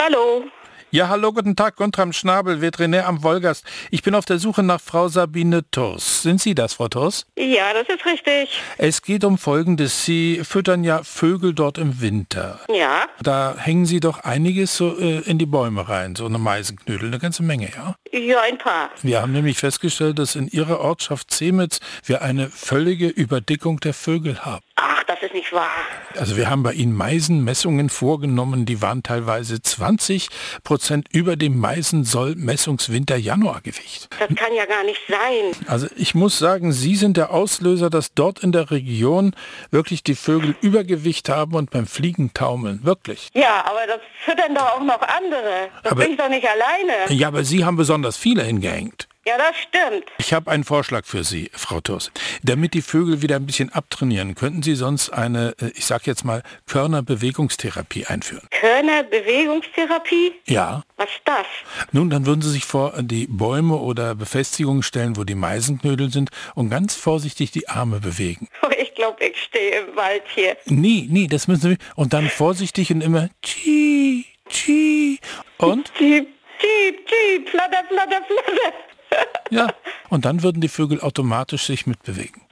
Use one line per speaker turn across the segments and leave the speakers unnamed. Hallo.
Ja, hallo, guten Tag, Guntram Schnabel, Veterinär am Wolgast. Ich bin auf der Suche nach Frau Sabine Turs. Sind Sie das, Frau Turs?
Ja, das ist richtig.
Es geht um Folgendes. Sie füttern ja Vögel dort im Winter.
Ja,
Da hängen Sie doch einiges so äh, in die Bäume rein, so eine Meisenknödel, eine ganze Menge, ja?
ja, ein paar.
Wir haben nämlich festgestellt, dass in Ihrer Ortschaft Zemitz wir eine völlige Überdickung der Vögel haben.
Ach, das ist nicht wahr.
Also wir haben bei Ihnen Meisenmessungen vorgenommen, die waren teilweise 20 Prozent über dem Meisensoll-Messungswinter Januargewicht.
Das kann ja gar nicht sein.
Also ich muss sagen, Sie sind der Auslöser, dass dort in der Region wirklich die Vögel Übergewicht haben und beim Fliegen taumeln. Wirklich.
Ja, aber das füttern doch auch noch andere. Das
Aber-
bin ich doch nicht alleine.
Ja, aber Sie haben besonders viele hingehängt.
Ja, das stimmt.
Ich habe einen Vorschlag für Sie, Frau Thurs. Damit die Vögel wieder ein bisschen abtrainieren, könnten Sie sonst eine, äh, ich sag jetzt mal, Körnerbewegungstherapie einführen.
Körner, Bewegungstherapie?
Ja.
Was ist das?
Nun, dann würden Sie sich vor äh, die Bäume oder Befestigungen stellen, wo die Meisenknödel sind und ganz vorsichtig die Arme bewegen.
Ich glaube, ich stehe im Wald hier.
Nee, nee, das müssen Sie. Und dann vorsichtig und immer tschi, tschi. Und?
Tiep, tiep, tiep, flatter, flatter, flatter.
Ja. Und dann würden die Vögel automatisch sich mitbewegen.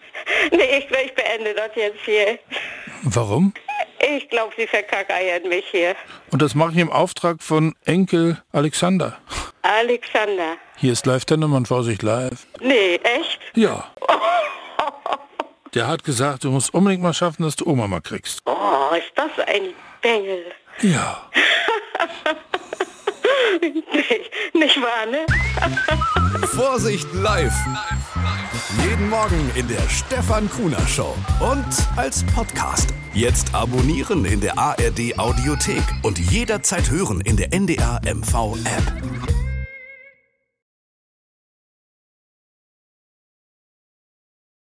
Nee, ich, ich beende das jetzt hier.
Warum?
Ich glaube, sie verkackeiern mich hier.
Und das mache ich im Auftrag von Enkel Alexander.
Alexander.
Hier ist live der Nummern, Vorsicht live.
Nee, echt?
Ja. Der hat gesagt, du musst unbedingt mal schaffen, dass du Oma mal kriegst.
Oh, ist das ein Bengel.
Ja.
nicht, nicht wahr, ne?
Vorsicht live. Jeden Morgen in der Stefan Kuhner Show und als Podcast. Jetzt abonnieren in der ARD Audiothek und jederzeit hören in der NDR MV App.